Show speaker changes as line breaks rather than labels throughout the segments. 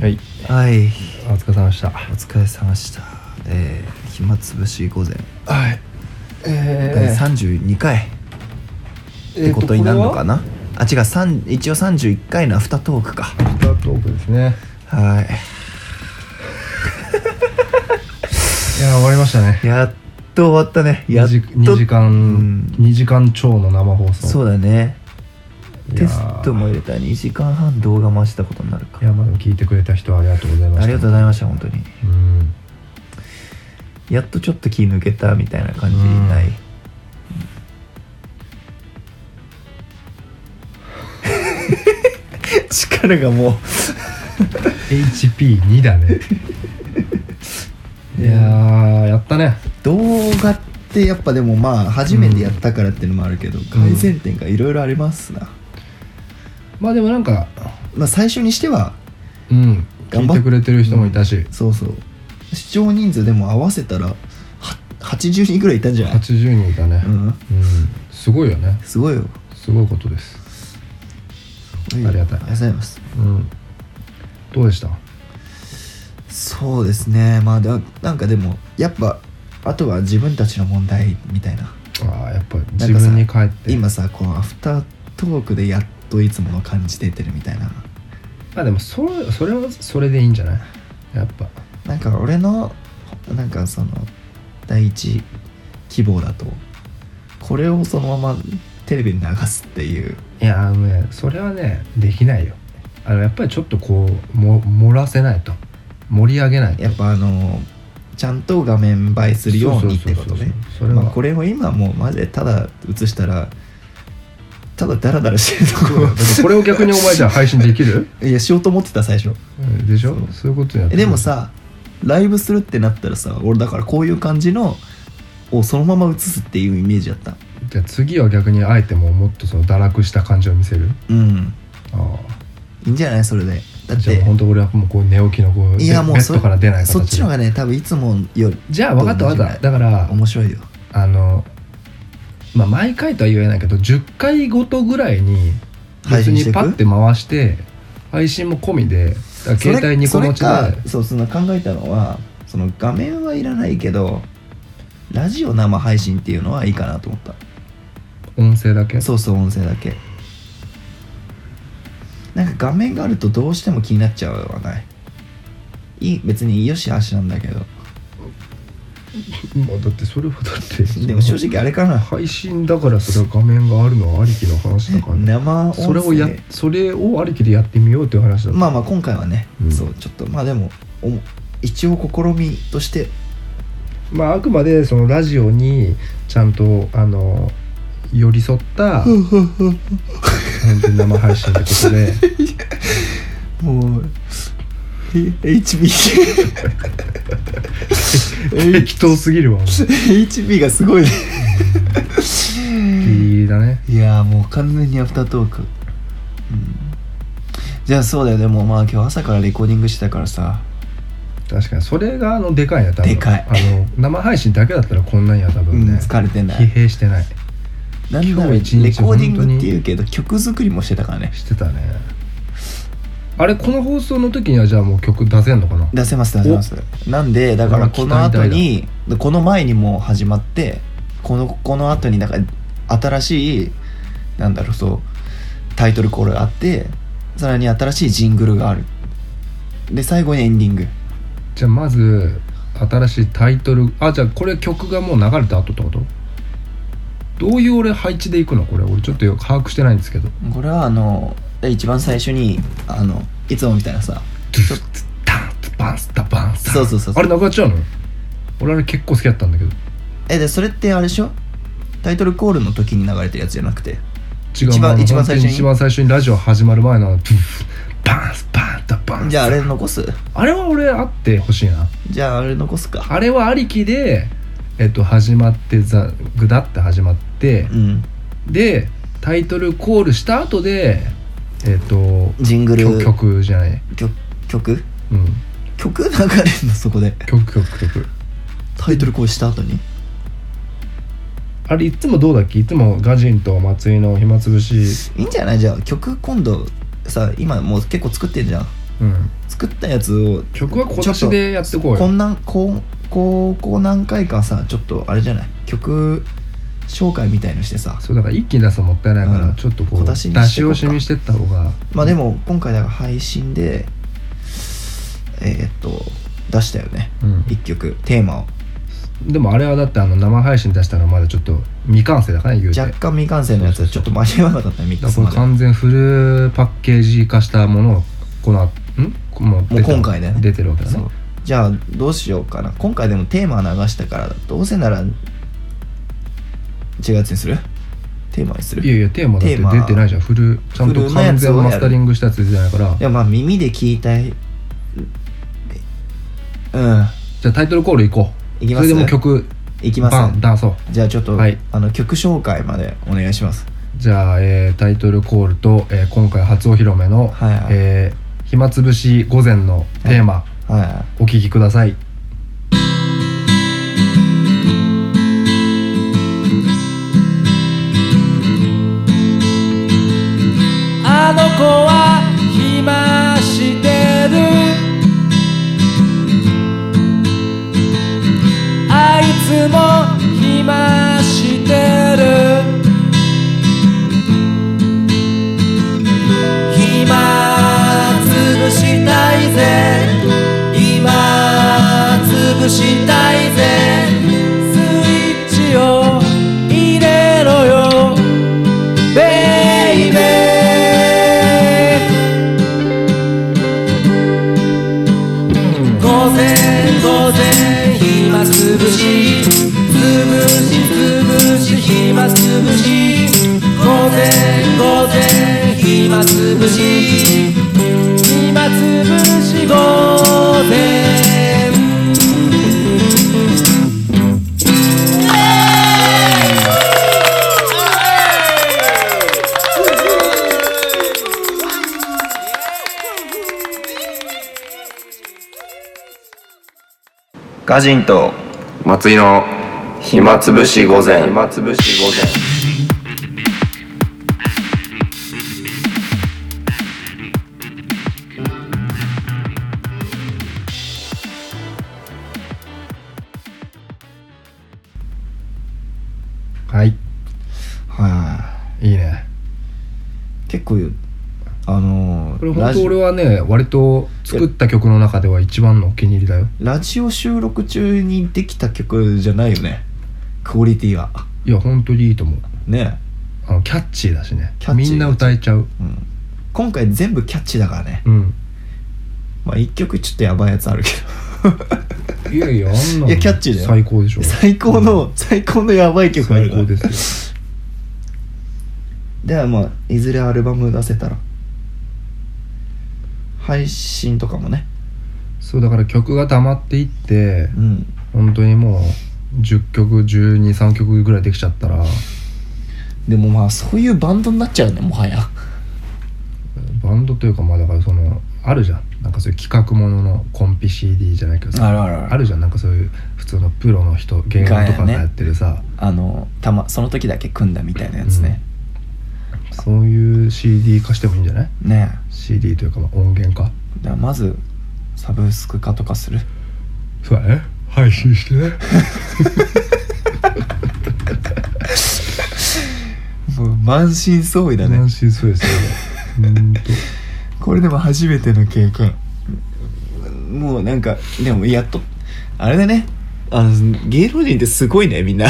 はい
お疲れ様でした
お疲れ様でしたえー、暇つぶし午前、
はい
第
え
32回
ー、
ってことになるのか
な
な、あ違う三一応31回のアフタートークか
アフタートークですね
はい
いやー終わりましたね
やっと終わったねやっと
2時間
うん
2時間超の生放送
そうだね
いや
テス
ー
トも入れたら2時間半動画回したことになるか
いやまあでも聞いてくれた人はありがとうございました
ありがとうございました本当に
うん
やっとちょっと気抜けたみたいな感じない、
うん
力がも
HP2 だ ねいやーやったね
う動画ってやっぱでもまあ初めてやったからっていうのもあるけど、改善点がいろいろありますな、
まあでもなんか
まあ最初にしては
うん聞
頑
い
張って
くれてる人もいたし、
そうそう視聴人数でも合わせたらは80人ぐらいいたんじゃない、
80人いたね、
うん、
うんすごいよね
すごいよ
すごいことです、ありがたい
ありがとうございます
うん、どうでした
そうですねまあだなんかでもやっぱあとは自分たちの問題みたいな
ああやっぱ
さ
自分に返って
今さこのアフタートークでやっといつもの感じ出てるみたいな
まあでもそれそれはそれでいいんじゃないやっぱ
なんか俺のなんかその第一希望だとこれをそのままテレビに流すっていう
いやあのねそれはねできないよあのやっぱりちょっとこうも盛らせないと盛り上げないと
やっぱあのちゃんと画面映えするようにってことね
そうそうそうそうそれは
まあこれを今もうマジでただ映したらただダラダラしてるとこ
だってこれを逆にお前じゃあ配信で きる
いやしようと思ってた最初
うんでしょ
そう
そういうことやって
え
る
でもさライブするってなったらさ俺だからこういう感じのをそのまま映すっていうイメージだった
じゃあ次は逆にあえてもうもっとその堕落した感じを見せる
うん
あ
いいんじゃないそれでだ
あ
っ
じゃ
て
あ本当俺はもうこう寝起きのこう
いやもう
ベッ
そ
ドから出ない形で
そっちの方がね多分いつもより
じゃあ分かった分かっただから
面白いよ
あのまあ毎回とは言えないけど10回ごとぐらいに
配
別
信して
に
いく
パッて回して配信も込みでだから携帯2個持ち
それそれ
で
かそうその考えたのはその画面はいらないけどラジオ生配信っていうのはいいかなと思った
音声だけ
そうそう音声だけなんか画面があるとどうしても気になっちゃうはないいい別によし悪しなんだけど
まあだってそれはだって
でも正直あれかな
配信だからそれは画面があるのはありきの話だから、ね、
生音声
それをやそれをありきでやってみようという話だった
まあまあ今回はね、
うん
そうちょっとまあでもおも一応試みとして
まああくまでそのラジオにちゃんとあの寄り添った本当に生配信ってことで
も う HB
適当すぎるわ
HB がすごいね
いいだね
いやーもう完全にアフタートーク、うん、じゃあそうだよでもまあ今日朝からレコーディングしてたからさ
確かにそれがあのでかいね多分
でかい
あの生配信だけだったらこんなんや多分
う
ね、
ん疲れてな
疲
い
弊してない
なんならレ
今
コ
日一日
ーディングっていうけど曲作りもしてたからね
してたねあれこの放送の時にはじゃあもう曲出せんのかな
出せます出せますなんでだからこの後にこの前にもう始まってこのこの後になんか新しいなんだろうそうタイトルコールがあってさらに新しいジングルがあるで最後にエンディング
じゃあまず新しいタイトルあじゃあこれ曲がもう流れた後ってことどういう俺配置でいくのこれ俺ちょっとよく把握してないんですけど
これはあの一番最初にあのいつもみたいなさ
ドゥッツッタンツッバンスタバンスタ
そうそうそう
あれなくなっちゃうの俺あれ結構好きだったんだけど
えでそれってあれでしょタイトルコールの時に流れてるやつじゃなくて
違う
一番
もう
一番
本当
最初に
一番最初にラジオ始まる前のあのドゥッバンスバンスタバンス
じゃああれ残す
あれは俺あってほしいな
じゃああれ残すか
あれはありきでえっと始まってザグダって始まって
うん
でタイトルコールした後でえっと
ジングル
曲曲じゃない
曲曲
うん
曲流れんのそこで
曲曲曲
タイトルコールした後に
あれいつもどうだっけいつもガジンと松井の暇つぶし
いいんじゃないじゃあ曲今度さ今もう結構作ってんじゃん
うん、
作ったやつを
曲は今
ちょ
年
っと
でやってこう
こ
よ
んなんこうこうこう何回かさちょっとあれじゃない曲紹介みたいのしてさ
そうだから一気に出すのもったいないから、
うん
ちょっとこう
小
出
出
し
しにしてこ
惜
うか
しみしてった方が
まあでも今回だから配信でえーっと出したよね
うん
一曲テーマを
でもあれはだってあの生配信出したのまだちょっと未完成だからね言うてだ
若
か
干未完成のやつはちょっと間に合わなかったねミック
ら
ス
こ
ま
れ
で
完全フルパッケージ化したものをこのんもう
もう今回だよね
出てるわけだ
そ
ね
うじゃあどうしようかな今回でもテーマ流したからどうせなら違うやつにするテーマにする
いやいやテーマだって
テーマ
出てないじゃんフルちゃんと
フルのや
完
つをや
全
る
マスタリングしたやつ出てないから
いやまあ耳で聞いたいうん
じゃあタイトルコールいこう
いきます
それでもう曲
いきます
バンダンそう
じゃあちょっと、
はい
あの曲紹介までお願いします
じゃあ、えータイトルコールと、えー今回初お披露目の「
はいはい、
えー暇つぶし午前」のテーマ、
は
お聞きください
あの子は暇してるあいつも暇してる暇つぶしたいぜ今つぶしたいぜスイッチを入れろよベイベー午前午前暇つぶしつぶしつぶし暇つぶし午前午前暇つぶし暇つぶし午前
い、ガジンと
松井の暇つぶし午前暇つぶし午前
はい
はい
いいね
結構あのー
これ
ラ
本
ジ
当俺はね割と作った曲の中では一番のお気に入りだよ
ラジオ収録中にできた曲じゃないよねクオリティが
いや本当にいいと思う
ね
あのキャッチーだしね
キャッチー
みんな歌えちゃう
うん今回全部キャッチだからね
うん
まあ一曲ちょっとやばいやつあるけ
いやいやあんなの
いやキャッチーだよ
最高でしょ
ど最高の、最高のやばい曲ある
最
から
高です
ではまあいずれアルバム出せたら配信とかもね
よそうだから曲が溜まっていって
うん
本当にもう10曲123曲ぐらいできちゃったら
でもまあそういうバンドになっちゃうねもはや
バンドというかまあだからそのあるじゃんなんかそういう企画もののコンピ CD じゃないけどさ
るある
あるじゃんなんかそういう普通のプロの人芸人とか
ガヤ
が
ね
やってるさ、
あのたまその時だけ組んだみたいなやつね、
そういう CD 化してもいいんじゃない
ね
CD というかまあ音源化
えだからまずサブスク化とかする
そうだね配信してね
もう満身創痍だね
安心 そうですよねうんと
これでも初めての経験もうなんかでもやっとあれだねあの芸能人ってすごいねみんな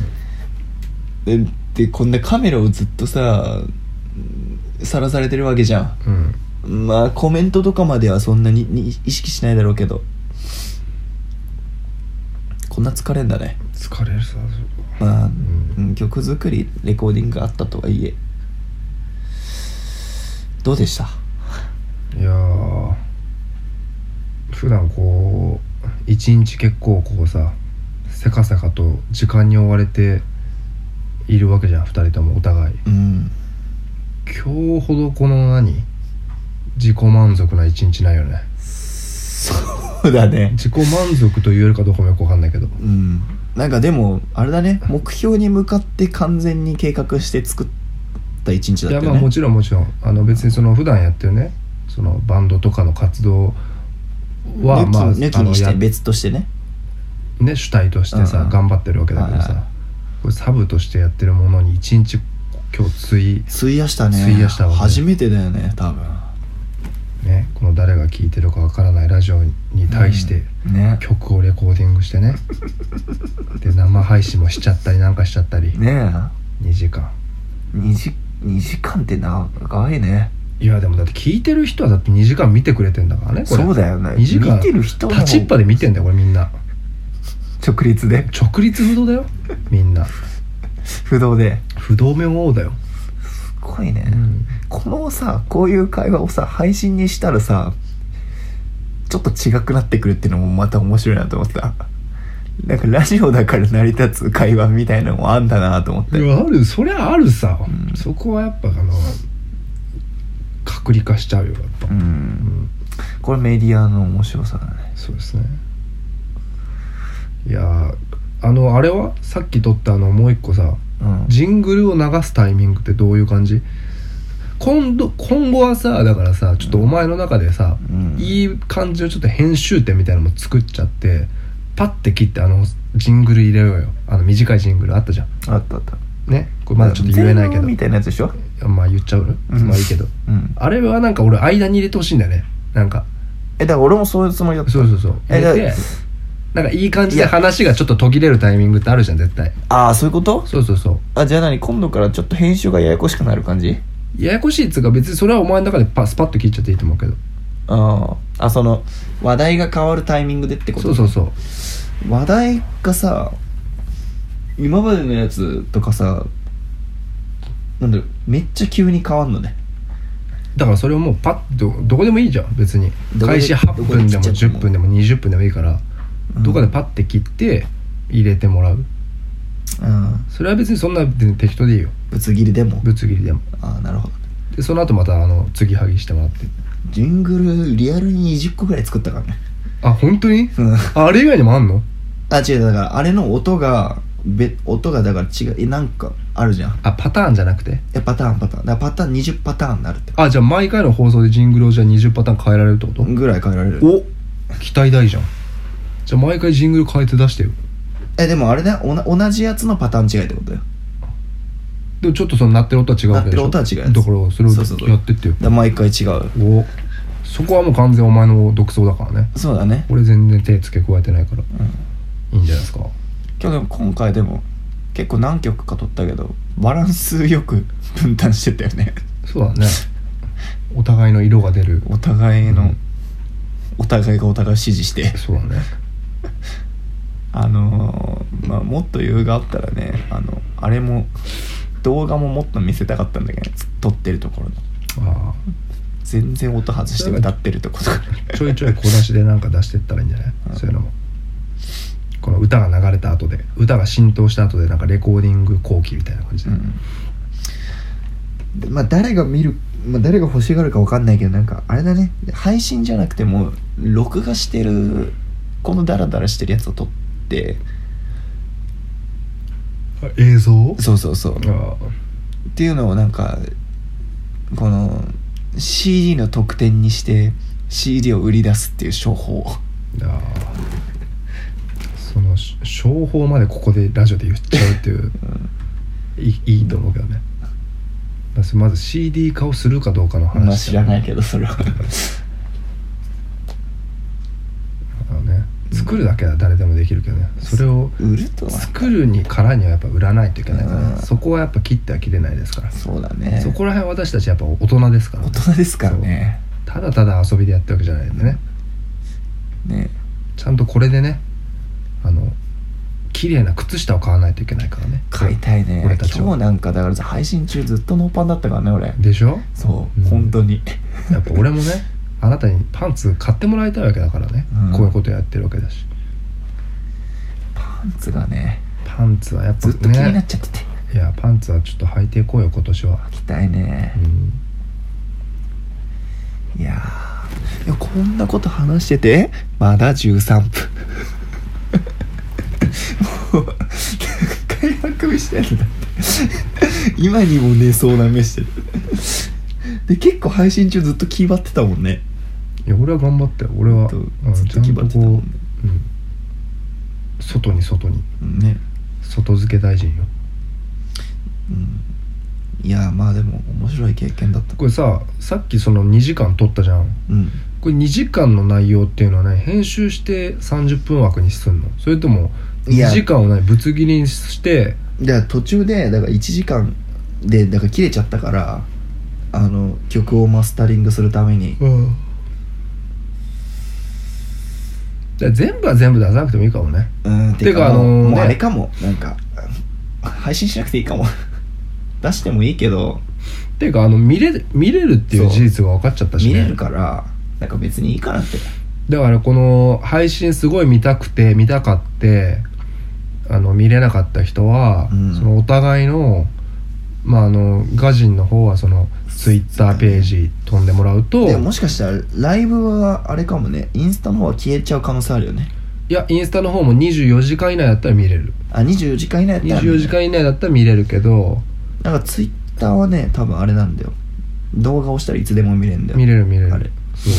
ででこんなカメラをずっとささらされてるわけじゃ
うん、うん、
んまあコメントとかまではそんなにに意識しないだろうけどこんな疲れんだね
疲れるさ
まあ、
ん
うん曲作りレコーディングがあったとはいえどうでした
いやー普段こう一日結構こうさせかせかと時間に追われているわけじゃん2人ともお互い
うん
今日ほどこの何自己満足な一日ないよね
そうだね
自己満足と言えるかどうかもよくわかんないけど
うんなんかでもあれだね目標に向かって完全に計画して作った一日
い
だ
や
ったよ
まあ
ね
もちろんもちろんあの別にその普段やってるねそのバンドとかの活動は
抜き
まあ
抜き
あの
にして
や
別としてね
ね、主体としてさ、
うんうん
頑張ってるわけだけど
はいはい
さこれサブとしてやってるものに一日今日つい、
費やしたね
費やしたわね
初めてだよね多分
ね、この誰が聴いてるかわからないラジオに対して
ね
曲をレコーディングしてね、で生配信もしちゃったりなんかしちゃったり
ね
2時間
え 2, 時2時間って長いね
いやでもだって聴いてる人はだって2時間見てくれてんだからねこれ
そうだよね
2時間
見てる人も
立ちっぱで見てんだよこれみんな
直立で
直立不動だよみんな
不動で
不動明王だよ、
すごいね、このさこういう会話をさ配信にしたらさちょっと違くなってくるっていうのもまた面白いなと思ったなんかラジオだから成り立つ会話みたいなのもあんだなと思っ
い
て
やあるそりゃあるさ、
うん
そこはやっぱあの隔離化しちゃうよやっぱ、
う
うんん
これメディアの面白さだね
そうですねいやーあのあれはさっき撮ったあのもう一個さ
うん
ジングルを流すタイミングってどういう感じ今度今後はさだからさちょっとお前の中でさ、
うん
いい感じのちょっと編集点みたいなのも作っちゃってパッて切ってあのジングル入れようよあの短いジングルあったじゃん
あったあった
ねこれまだちょっと言えないけど
全盲みたいなやつでしょ
まあ言っちゃう
うん
まあいいけど
うん
あれはなんか俺間に入れてほしいんだよねなんか
えだから俺もそういうつもりだった
そうそうそう
え
入れ
だ
てなんかいい感じで話がちょっと途切れるタイミングってあるじゃん絶対
ああそういうこと
そうそうそう
あじゃあ何今度からちょっと編集がややこしくなる感じ
ややこしいっつうか別にそれはお前の中でパスパッと切っちゃっていいと思うけど
ああその話題が変わるタイミングでってこと
そうそうそう
話題がさ今までのやつとかさなんだろうめっちゃ急に変わんのね
だからそれをもうパッとどこでもいいじゃん別に
どこで
開始8分でも
どこで切っちゃって
10
も
分でも20分でもいいから
うん
どこかでパッて切って入れてもらう
うん
それは別にそんな別に適当でいいよ
ぶつ切りでも
ぶつ切りでも
ああなるほど
でその後またあの継ぎはぎしてもらって
ジングルリアルに20個ぐらい作ったからね
あ本当に
うん
ああれ以外にもあんの
あ違うだからあれの音がべ音がだから違うえなんかあるじゃん
あパターンじゃなくて
えパターンパターンだからパターン20パターンになるってこ
あじゃあ毎回の放送でジングルをじゃあ20パターン変えられるってこと
とぐらい変えられる
お期待大じゃんじゃあ毎回ジングル変えて出してよ
えでもあれねおな同じやつのパターン違いってことよ
でもちょっとその鳴ってる音は違うわけでしょ
鳴ってる音は違うやつ
だからそれ
そうそうそう
をやってってよ
だから毎回違う
おそこはもう完全お前の独走だからね
そうだね
俺全然手付け加えてないから
うん
いいんじゃないですか
今日でも今回でも結構何曲か撮ったけどバランスよく 分担してたよね
そうだねお互いの色が出る
お互いの、
うん
お互いがお互いを支持して
そうだね
あのーまあもっと余裕があったらねあのあれも動画ももっと見せたかったんだけどね撮ってるところの
あ
全然音外して歌ってるところ
あちょいちょい小出しでなんか出してったらいいんじゃない
うん
そういうのもこの歌が流れた後で歌が浸透した後でなんかレコーディング後期みたいな感じで、
でまあ誰が見る、まあ、誰が欲しがるか分かんないけどなんかあれだね配信じゃなくても録画してるこのダラダラしてるやつを撮って
あ映像
そうそうそうっ
あ
ていうのをなんかこの CD の特典にして CD を売り出すっていう商法
あああそのし商法までここでラジオで言っちゃうっていう、いいいいと思うけどねだからまず CD 化をするかどうかの
まあ
話
知らないけどそれは
あのね作るだけは誰でもできるけどねそれを
売るとは
作るにからにはやっぱ売らないといけないから、
うん
ね、そこはやっぱ切っては切れないですから、
そうだね
そこら辺は私たちやっぱ大人ですから、
大人ですからね
ただただ遊びでやってるわけじゃないんでね
ね
ちゃんとこれでねあの綺麗な靴下を買わないといけないからね
買いたいね
俺たちは
今日なんかだからさ配信中ずっとノーパンだったからね俺
でしょ
そう、
うん
本当に
やっぱ俺もねあなたにパンツ買ってもらいたいわけだからね、
うん
こういうことやってるわけだし
パンツがね
パンツはやっぱ
ずっと気にな
ね
っちゃってて、
いやパンツはちょっと履いていこうよ今年は、
履きたいね
う、ん、
いやーいやこんなこと話しててまだ13分もう 開幕首してるんだって今にも寝そうな目してるで結構配信中ずっと気張ってたもんね
いや俺は頑張ったよ俺は、
ずっ
うん
とずっ
ち
と
ゃ
気
ん
張
と
ってた
こう、
もん
う
ね
ん、外に外に
うんね、
外付け大臣よ
うん、いやまあでも面白い経験だった
これささっきその2時間撮ったじゃん
うん
これ2時間の内容っていうのはね編集して30分枠にすんのそれとも
いや
2時間をねぶつ切りにして
じゃあ途中でだから1時間でだから切れちゃったからあの曲をマスタリングするために
だから全部は全部出さなくてもいいかもね
うんて
てかあのー
もう
ね
もうあれかもなんか配信しなくていいかも 出してもいいけど
っていうかあの見れ見れるっていう事実が分かっちゃったし、ね、
見れるからなんか別にいいかなって
だからこの配信すごい見たくて見たかってあの見れなかった人は、
うん
そのお互いの,、まあ、あのガジンの方はそのツイッターページ飛んでもらうと
でももしかしたらライブはあれかもねインスタの方は消えちゃう可能性あるよね
いやインスタの方も24時間以内だったら見れる
あ24時間以内やったらね、
24時間以内だったら見れるけど
なんかツイッターはね多分あれなんだよ動画をしたらいつでも見れるんだよ
見れる見れる
あれ
そう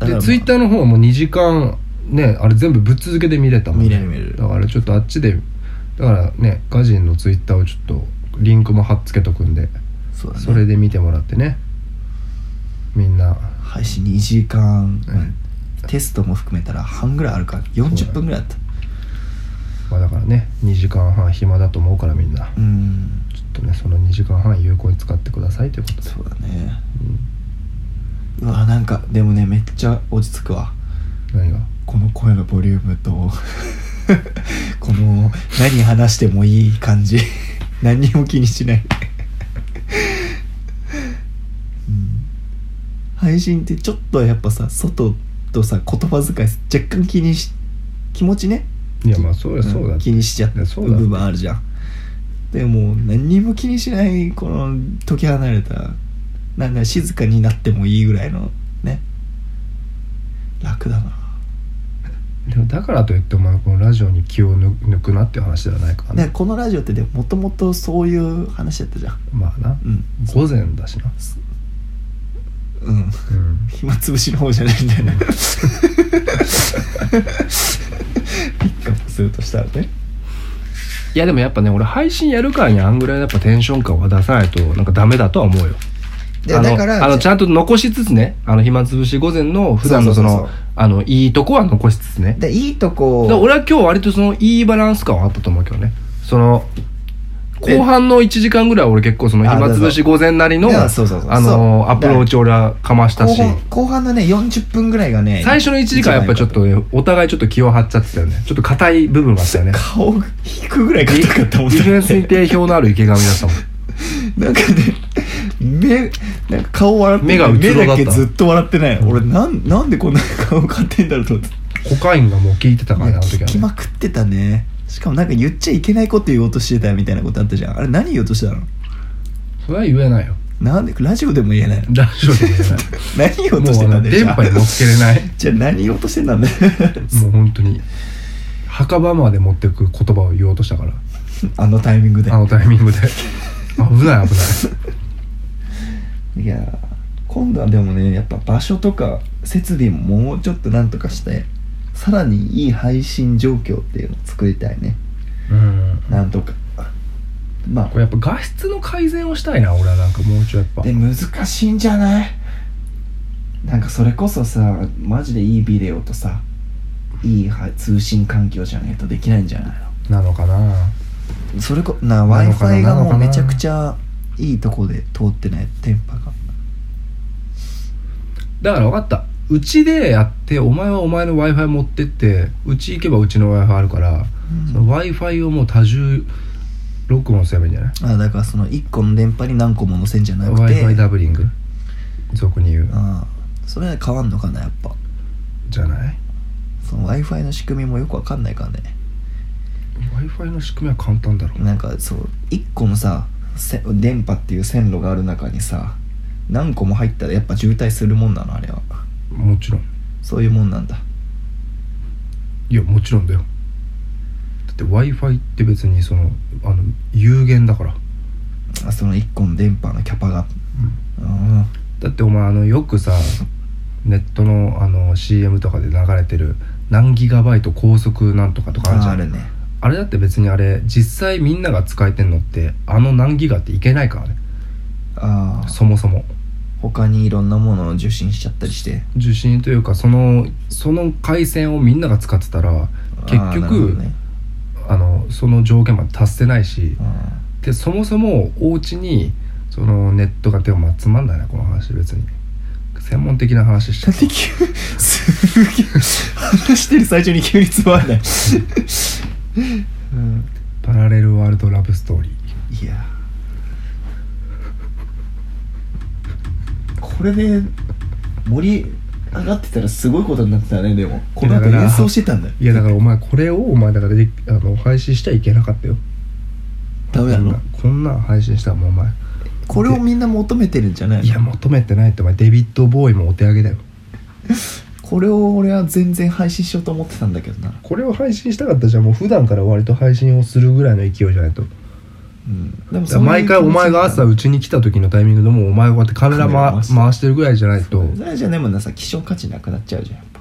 そう
で、ツイッタ
ー
ーの方はもう2時間ねあれ全部ぶっ続けで見れたもん、ね、
見れる見れる
だからちょっとあっちでだからねガジンのツイッターをちょっとリンクも貼っつけとくんで
そうだね
それで見てもらってねみんな
配信2時間、
うん
テストも含めたら半ぐらいあるから40分ぐらいあった
まあだからね2時間半暇だと思うからみんな
ううん
ちょっとねその2時間半有効に使ってくださいということで
そうだねうわなんかでもねめっちゃ落ち着くわ
何が
この声のボリュームと この何話してもいい感 じ何にも気にし ない、うん配信ってちょっとやっぱさ外とさ言葉遣い若干気にし気持ちね
いやまあそりゃそう
う
だ
ん気にしちゃう
そうだ
部分あるじゃんでも何にも気にしないこの解き放れたなんだ静かになってもいいぐらいのね楽だな
でもだからといってお前このラジオに気を抜くなっていう話ではないから
ね
ね
このラジオってでもともとそういう話だったじゃん
まあな
うん
午前だしな
うん
うん
暇つぶしの方じゃないんだよねピックアップするとしたらね
いやでもやっぱね俺配信やるからにあんぐらいやっぱテンション感は出さないとなんかダメだとは思うよ
で
あの
だから
あのちゃんと残しつつねあの暇つぶし午前の普段のその
そうそうそうそう
あのいいとこは残しつつね
でいいとこ
だから俺は今日割とそのいいバランス感はあったと思うけどねその
え
後半の1時間ぐらいは俺結構その
あ
暇つぶし午前なりの
い
あ
やそうそうそう
の
そう
アプローチ俺はかました
後
し
半後半のね40分ぐらいがね
最初の1時間やっぱちょっとねお互いちょっと気を張っちゃってたよねちょっと硬い部分があったよね
顔が引くぐらい
デ
硬かったもん
ィフェンスに定評のある池上だったもん
なんかね目なんか顔笑って
目がうつろだった
目だけずっと笑ってない俺なんなんでこんな顔買ってんだろうと思って
コカインがもう効いてたからねあの時
聞
は
き
ね
まくってたねしかもなんか言っちゃいけないこと言おうとしてたみたいなことあったじゃんあれ何言おうとしたの
それは言えないよ
なんでラジオでも言えないの
ラジオで言えない
何言おうとして
もう
た
あ
ん
の
だよ
電波に乗っけれない
じゃあ何言おうとしてたんだよ
もう本当に墓場まで持ってく言葉を言おうとしたから
あのタイミングで
あのタイミン グで危ない危ない
いやー今度はでもねやっぱ場所とか設備ももうちょっとなんとかしてさらにいい配信状況っていうのを作りたいね
うん
なんとかまあ
これやっぱ画質の改善をしたいな俺はなんかもう一度やっぱ
で難しいんじゃないなんかそれこそさマジでいいビデオとさいいは通信環境じゃないとできないんじゃない
なのかな
のそれこな
な
w i
の
f
かな
i が
なの
もう
かな
めちゃくちゃいいとこで通ってない電波が
だから分かったうちでやってお前はお前の w i f i 持ってってうち行けばうちの w i f i あるから、その w i f i をもう多重録音すればいいんじゃない
あだからその1個の電波に何個も載せんじゃな
w
く
i
て
f i ダブリング俗に言う
ああそれは変わんのかなやっぱ
じゃない
その w i f i の仕組みもよくわかんないからね
w i f i の仕組みは簡単だろう
なんかそう1個のさせ電波っていう線路がある中にさ何個も入ったらやっぱ渋滞するもんなのあれは
もちろん
そういうもんなんだ
いやもちろんだよだって w i f i って別にそのあの有限だから
あその1個の電波のキャパがうん
だってお前あのよくさネットのあの CM とかで流れてる何ギガバイト高速なんとかとかあるじゃん
あるね
あれだって別にあれ実際みんなが使えてんのってあの何ギガっていけないからね
ああ
そもそも
他にいろんなものを受信しちゃったりして
受信というかそのその回線をみんなが使ってたら結
あーなるほど
局あ、
ね
のその条件まで達せないし
うん
でそもそもお家にそのネットがでもまあつまんないなこの話別に専門的な話し
だって
て
急にすげえ話してる最中に急につまんない、 うん、
パラレルワールドラブストーリー
いやこれで盛り上がってたらすごいことになってたねでもこの
いや
後
だから
演奏してたんだよ
いやだからお前これをお前だからであの配信しちゃいけなかったよ
ダメなの
こんなん配信したらもうお前
これをみんな求めてるんじゃない
いや求めてないってお前デビッド・ボーイもお手上げだよ
これを俺は全然配信しようと思ってたんだけどな、
これを配信したかったじゃんもう普段から割と配信をするぐらいの勢いじゃないと
うん、でも
だから毎回お前が朝うちに来た時のタイミングでもうお前こうやってカメラ
カメラ
回
回して
回してるぐらいじゃないと
それじゃでもなさ希少価値なくなっちゃうじゃんやっぱ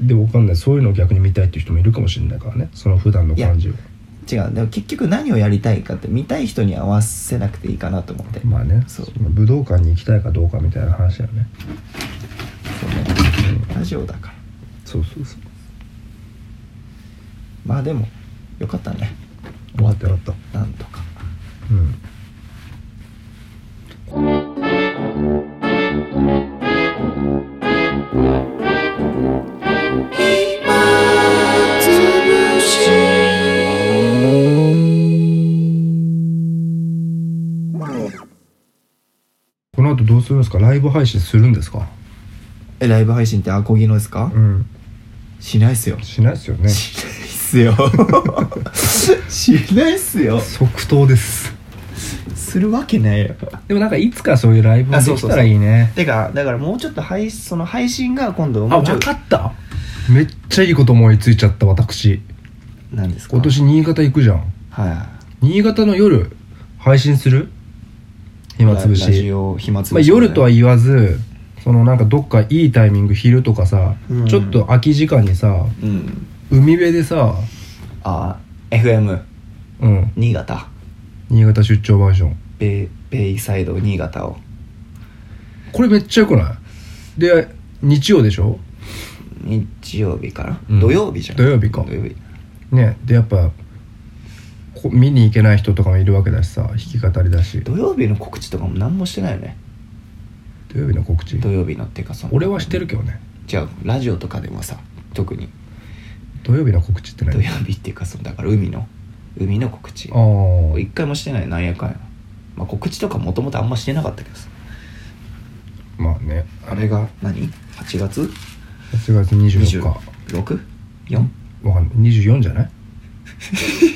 でわかんないそういうのを逆に見たいっていう人もいるかもしれないからねその普段の感じを
違うでも結局何をやりたいかって見たい人に合わせなくていいかなと思って、
まあね
そう
武道館に行きたいかどうかみたいな話だよね
そうねラジオだから
そうそうそう
まあでもよかったね
終わった終わった
なんとか
うんこの後どうするんですかライブ配信するんですか
えライブ配信ってアコギのですか、
ん
しないっすよ
しないですよね
しないっす よしないっすよ
即答です
するわけないよ
でもなんかいつかそういうライブができたらいいね
てかだからもうちょっと配その配信が今度
あ
もうちょ
分
い
かっためっちゃいいこと思いついちゃった私
なんですか
今年新潟行くじゃん
は
新潟の夜配信する
い
暇つぶ
ラジ
し、
オ暇つ
ま
ぶ
あ、
し、
夜とは言わずそのなんかどっかいいタイミング昼とかさ、
うん
ちょっと空き時間にさ
うん
海辺でさ、
あ FM
うん、
新潟
新潟出張バージョン
ベイベイサイド新潟を
これめっちゃよくないで日曜でしょ
日曜日から、
うん
土曜日じゃん
土曜日か
土曜日
ねでやっぱこ見に行けない人とかもいるわけだしさ弾き語りだし
土曜日の告知とかも何もしてないよね
土曜日の告知
土曜日のっていうかその
俺はしてるけどね
じゃあラジオとかでもさ特に
土曜日の告知って
土
何
曜日っていうかそのだから海の海の告知
あ
一回もしてないなんやかんや、まあ、告知とかもともとあんましてなかったけどさ
あまあね
あれが何 ?8 月
8月24日
26?4?
わかんない24じゃない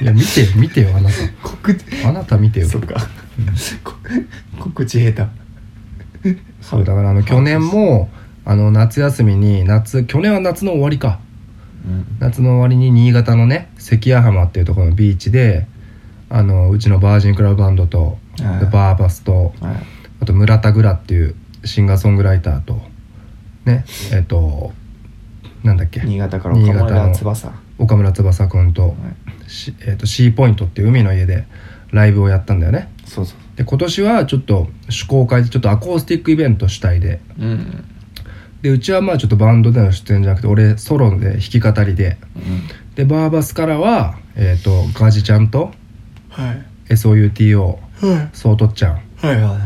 いや見て見てよあな
告知
たあなた見てよ
そっかこ告知下
そうだからあの去年もあの夏休みに夏去年は夏の終わりか
手、うん、
夏の終わりに新潟のね関谷浜っていうところのビーチであのうちのバージンクラブバンドと、
はい
でバーバスと
はい
あと村田グラっていうシンガーソングライターとねえっとなんだっけ
新潟から岡村翼は
岡村翼くんと,
い
し、えっと C ポイントっていう海の家でライブをやったんだよね
そうそう
で今年はちょっと趣向を変えてちょっとアコースティックイベント主体で
うんうん
でうちはまあちょっとバンドでの出演じゃなくて俺ソロで弾き語りででバーバスからは、えっとガジちゃんと
はい
SOUTO
はい
ソートちゃん
はいは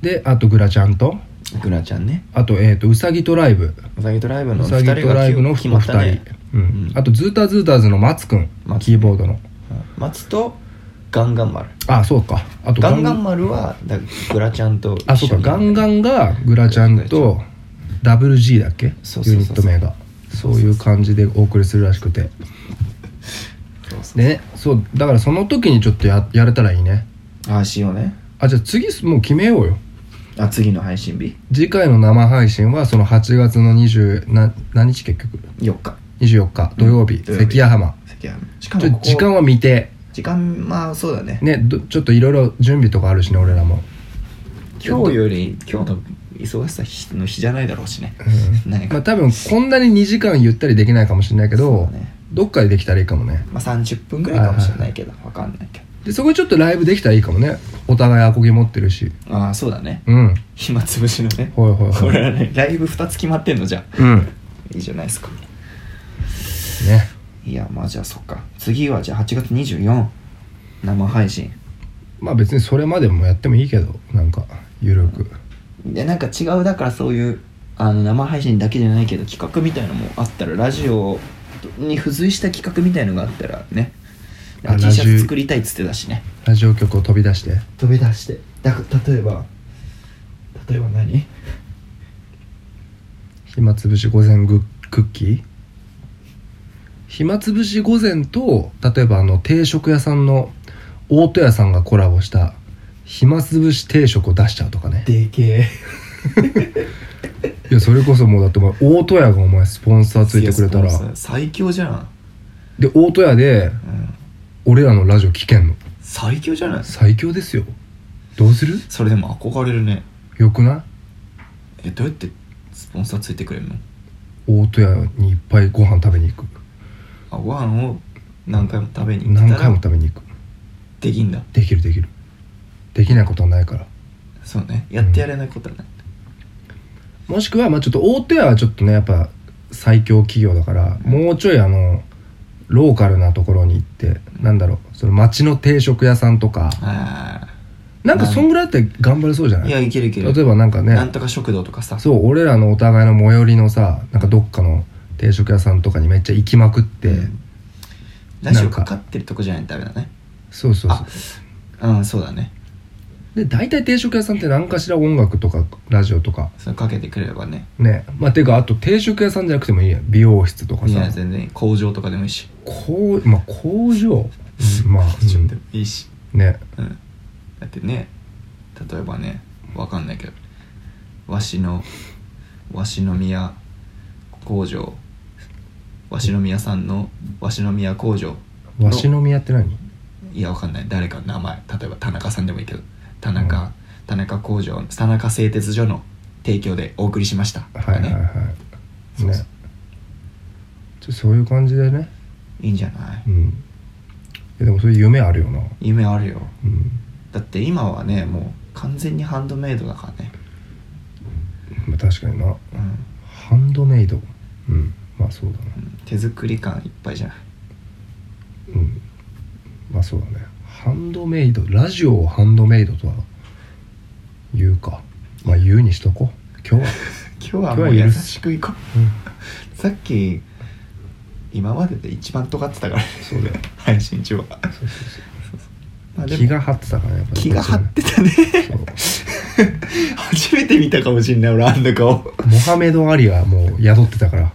であとグラちゃんと
いグラちゃんね
あと,、えっとうさぎとライブ
うさぎとライブ
う
の
さぎ
2人
と
が
ライブのお
決
二
まっ
人、
たね
うん
うん
あとズーターズーターズの松くん
松
キーボードの
松とガンガン丸
あそうかあと
ガンガン丸はだグラちゃんと
あそうかガンガンがグラちゃんと WG だっけ
そうそう
ユ
そ
ニ
うそ
ッ
う
ト名がそういう感じでお送りするらしくてでねそうだからその時にちょっとややれたらいいね
ああしようね
あじゃあ次もう決めようよ
あ次の配信日
次回の生配信はその8月の20な何日結局
4日
24日土曜日、
土曜日
関谷浜
関山しか
ちょ
もここ
時間は未定
時間まあそうだね
ねどちょっといろいろ準備とかあるしね俺らも
今日より今日の忙しさ日の日じゃないだろうしね
うん
何か
まあ多分こんなに2時間ゆったりできないかもしれないけど、
そうね
どっかでできたらいいかもね
まあ30分ぐらいかもしれないけどわかんないけ
でそこにちょっとライブできたらいいかもねお互いアコギ持ってるし
どああそうだね
うん
暇つぶしのね
ほいほい
こ
ほい
れはねライブ2つ決まってんのじゃあ
うんね
いいじゃないですかいやまあじゃあそっか次はじゃあ8月24生配信
まあ別にそれまでもやってもいいけどなんかゆるく
でなんか違うだからそういうあの生配信だけじゃないけど企画みたいのもあったらラジオに付随した企画みたいのがあったらねなんか
あ
T シャ
ラジ
ツ
オ
作りたいっつってたしね
ラジオ局を飛び出して
飛び出してだ例えば例えば何
暇つぶし午前グクッキー暇つぶし午前と例えばあの定食屋さんの大戸屋さんがコラボした暇つぶし定食を出しちゃうとかね
でけえ
いやそれこそもうだってお前大戸屋がお前スポンサーついてくれたら
最強じゃん、
で大戸屋で
うん、
俺らのラジオ聞けんの
最強じゃない
最強ですよどうする
それでも憧れるね
よくない
えどうやってスポンサーついてくれるの
大戸屋にいっぱいご飯食べに行く
あご飯を何回も食べに行っ
何
た
回も
ら
食べに行く
できんだ
できるできるできないことはないから
そうねやってやれないことはない、
もしくはまあちょっと大手屋はちょっとねやっぱ最強企業だから、もうちょいあのローカルなところに行って、なんだろうその町の定食屋さんとか
あ
なんかそんぐらいだって頑張れそうじゃ
あ
ない
いやいけるいける
例えばなんか
なん
ね
とか食堂とかさ
そう俺らのお互いの最寄りのさなんかどっかの定食屋さんとかにめっちゃ行きまくって、
うんラジ
な
オ
んか
かかってるとこじゃないとダメだね
そうそうそう
あうんそうだね
で大体定食屋さんって何かしら音楽とかラジオとか
それかけてくれればね
ねまあてかあと定食屋さんじゃなくてもいいやん美容室とか
い
さ
や全然いい工場とかでもいいし
こうまあ工場、うん まあ、
工場で
う
もいいし、
ん、ね
うん、だってね例えばねわかんないけどわしのわしの宮工場わしの宮さんのわしの宮工場
わしの宮って何
いやわかんない誰かの名前例えば田中さんでもいいけど田中、田中工場田中製鉄所の提供でお送りしましたと
は
か
いはい
ね、
はい
そう
ね
そう
ちょそういう感じでね
いいんじゃない
うんいやでもそういう夢あるよな
夢あるよ
うん
だって今はねもう完全にハンドメイドだからね、
まあ確かにな
うん
ハンドメイドうんまあそうだな
うん手作り感いっぱいじゃない
うんまあそうだねハンドメイドラジオをハンドメイドとは言うかまあ言うにしとこう今日は
今日はも
今
う
日は
優
許す
しくいこ
うん
うさっき今までで一番尖ってたからね
そうだよ
配信中は
そうそう
ま
そ
あ
う
で
気
も
が張ってたからねやっぱり
気が張ってたね
そう
初めて見たかもしんない俺あんな顔
モハメド・アリはもう宿ってたから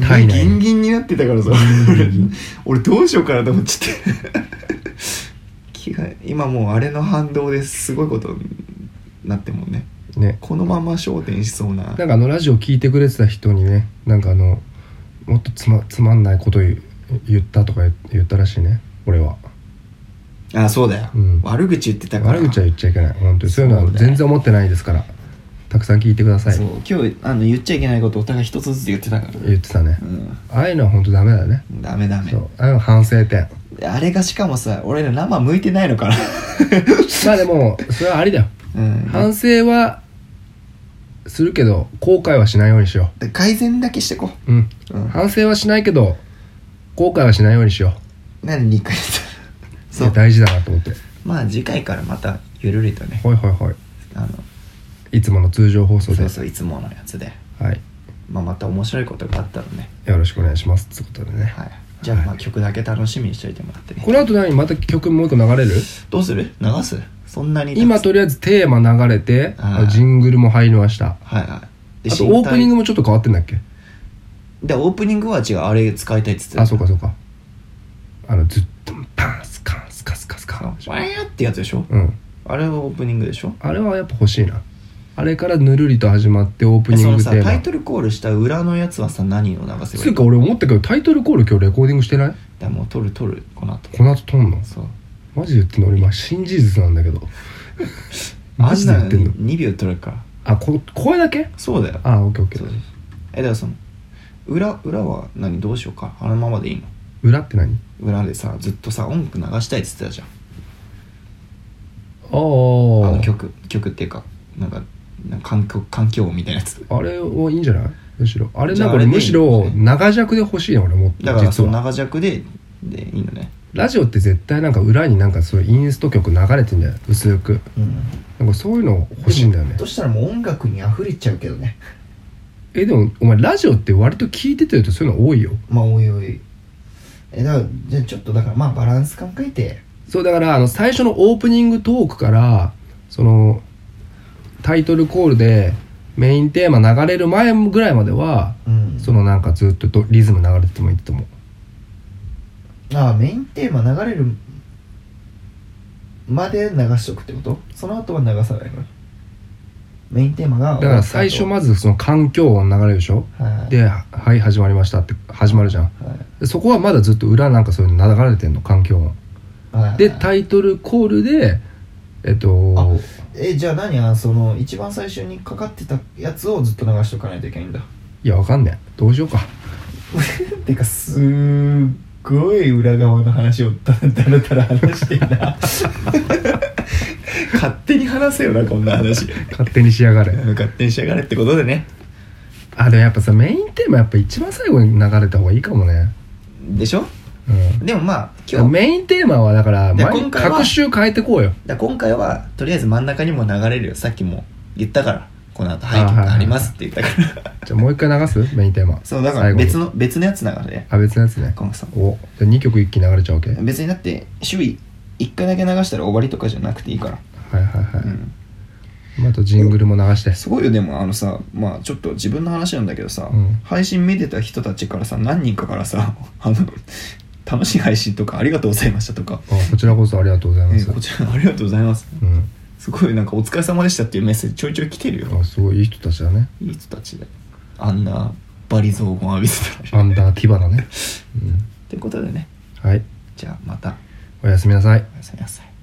体
ギ
内
ン
に
ギンになってたからさ俺俺どうしようかなと思っちゃって気が今もうあれの反動ですごいことになってもね
ね
このまま焦点しそうな
なんかあのラジオ聞いてくれてた人にねなんかあのもっとつまつまんないこと言言ったとか言言ったらしいね俺は
あそうだよ、
うん
悪口言ってたから
悪口は言っちゃいけない本当にそういうの
そ
は
うだよ
全然思ってないですからたくさん聞いてください
そう今日あの言っちゃいけないことお互い一つずつ言ってたから、
言ってたね
う
ああいうのは本当ダメだよね
ん、ダメダメ
そうああいうの反省点
あれがしかもさ俺ら生向いてない のかな、
まあでもそれはありだよ
うん、
反省はするけど後悔はしないようにしよ
改善だけしてこ
ううん
う、うん、
反省はしないけど後悔はしないようにしよ
何2回言っ
う
たそう
いや大事だなと思って
まあ次回からまたゆるりとね
ほいほいほい
あの
いつもの通常放送
そう
で
そういつものやつで、
はい
まあ、また面白いことがあったらね、
よろしくお願いしますってことでね、
はい、じゃあ,、まあ
はい
曲だけ楽しみにしといてもらってね
この後何また曲もう一個流れる
どうする流すそんなに
今とりあえずテーマ流れて
はい
ジングルも入りました
はいはい
あ
で
とオープニング
グ
もちょっと変わってんだっけ
でオープニングは違うあれ使いたいっつってた
あそうかそうかあのずっとパンスカンスカスカスカン
ワイヤーってやつでしょ
うん
あれはオープニングでしょ
あれはやっぱ欲しいなあれからぬるりと始まってオープニ
そ
ン
の
グ
さ
テー
タイ
マ
トルコールした裏のやつはさ何を流せば
つ
いうい
か俺思ったけどタイトルコール今日レコーディングしてない
だもう撮る撮るこの後
この後撮んの
そう
マジで言ってんの俺今新事実なんだけどマジでやってんの
あなに2秒取るか
あこ声だけ
そうだよ
あオッケーオッケ
そう
ー
ですえだからその裏裏は何どうしようかあのままでいいの
裏って何
裏でさずっとさ音楽流したいっつってたじゃん
あ
あの曲曲っていうかなんかなんか環境環境音みたいなやつ
ああれはいいんじゃないむしろあれ
じゃ
な
あ
んか俺
あれでいい
むしろ長尺で欲しいな俺もっと
だから
実
その
は
長尺ででいいのね
ラジオって絶対なんか裏になんかそういうインスト曲流れてんだよ薄く
うん
なんかそういうの欲しいんだよね
としたらもう音楽に溢れちゃうけどね
えでもお前ラジオって割と聞いててるとそういうの多いよ
まあおいおいえだからじゃあちょっとだからまあバランス考えて
そうだからあの最初のオープニングトークからそのタイトルコールでメインテーマ流れる前ぐらいまでは
うん
そのなんかずっとどリズム流れててもいいと思う
ああメインテーマ流れるまで流しとくってことその後は流さないのメインテーマが
だから最初まずその環境音流れるでしょ
はい
で「はい始まりました」って始まるじゃん
はい
でそこはまだずっと裏なんかそういうの流れてんの環境音
はい
でタイトルコールでえっ
あ
と
えじゃあ何あその一番最初にかかってたやつをずっと流しとかないといけないんだ
いやわかんねえどうしようか
てかすーごい裏側の話をだだらだら話してんな
勝手に話せよなこん な話
勝手に仕上がれ
勝手にしやがれってことでね
あでもやっぱさメインテーマやっぱ一番最後に流れた方がいいかもね
でしょ
うん
でもまあ
だから
今日
メインテーマはだから
で
毎
今回は
各週変えてこうよ
だから今回はとりあえず真ん中にも流れるよさっきも言ったからこの後背
あはい
景
はい
がありますって言ったから
じゃあもう一回流すメインテーマ
そうだか
最
ら
後に
別の別のやつ流れ
あ別のやつね
今後さ
おじゃあ2曲一気に流れちゃうわけはい
別にだって周囲1回だけ流したら終わりとかじゃなくていいから、
はいはい、
うん、
まあ、あとジングルも流して
すごいよでもあのさまあちょっと自分の話なんだけどさ、
うん
配信見てた人たちからさ何人かからさ 「あの楽しい配信とかありがとうございました」とか、
あこちらこそありがとうございま
え
す
こちらありがとうございます」
うん
すごいなんか「お疲れ様でした」っていうメッセージちょいちょい来てるよ
あすごいいい人たちだね
いい人たちであんなバリ雑言浴びせたら
アンダーティバだ ね、
ということでね
うん、はい
じゃあまた
おやすみなさい
おやすみなさい
「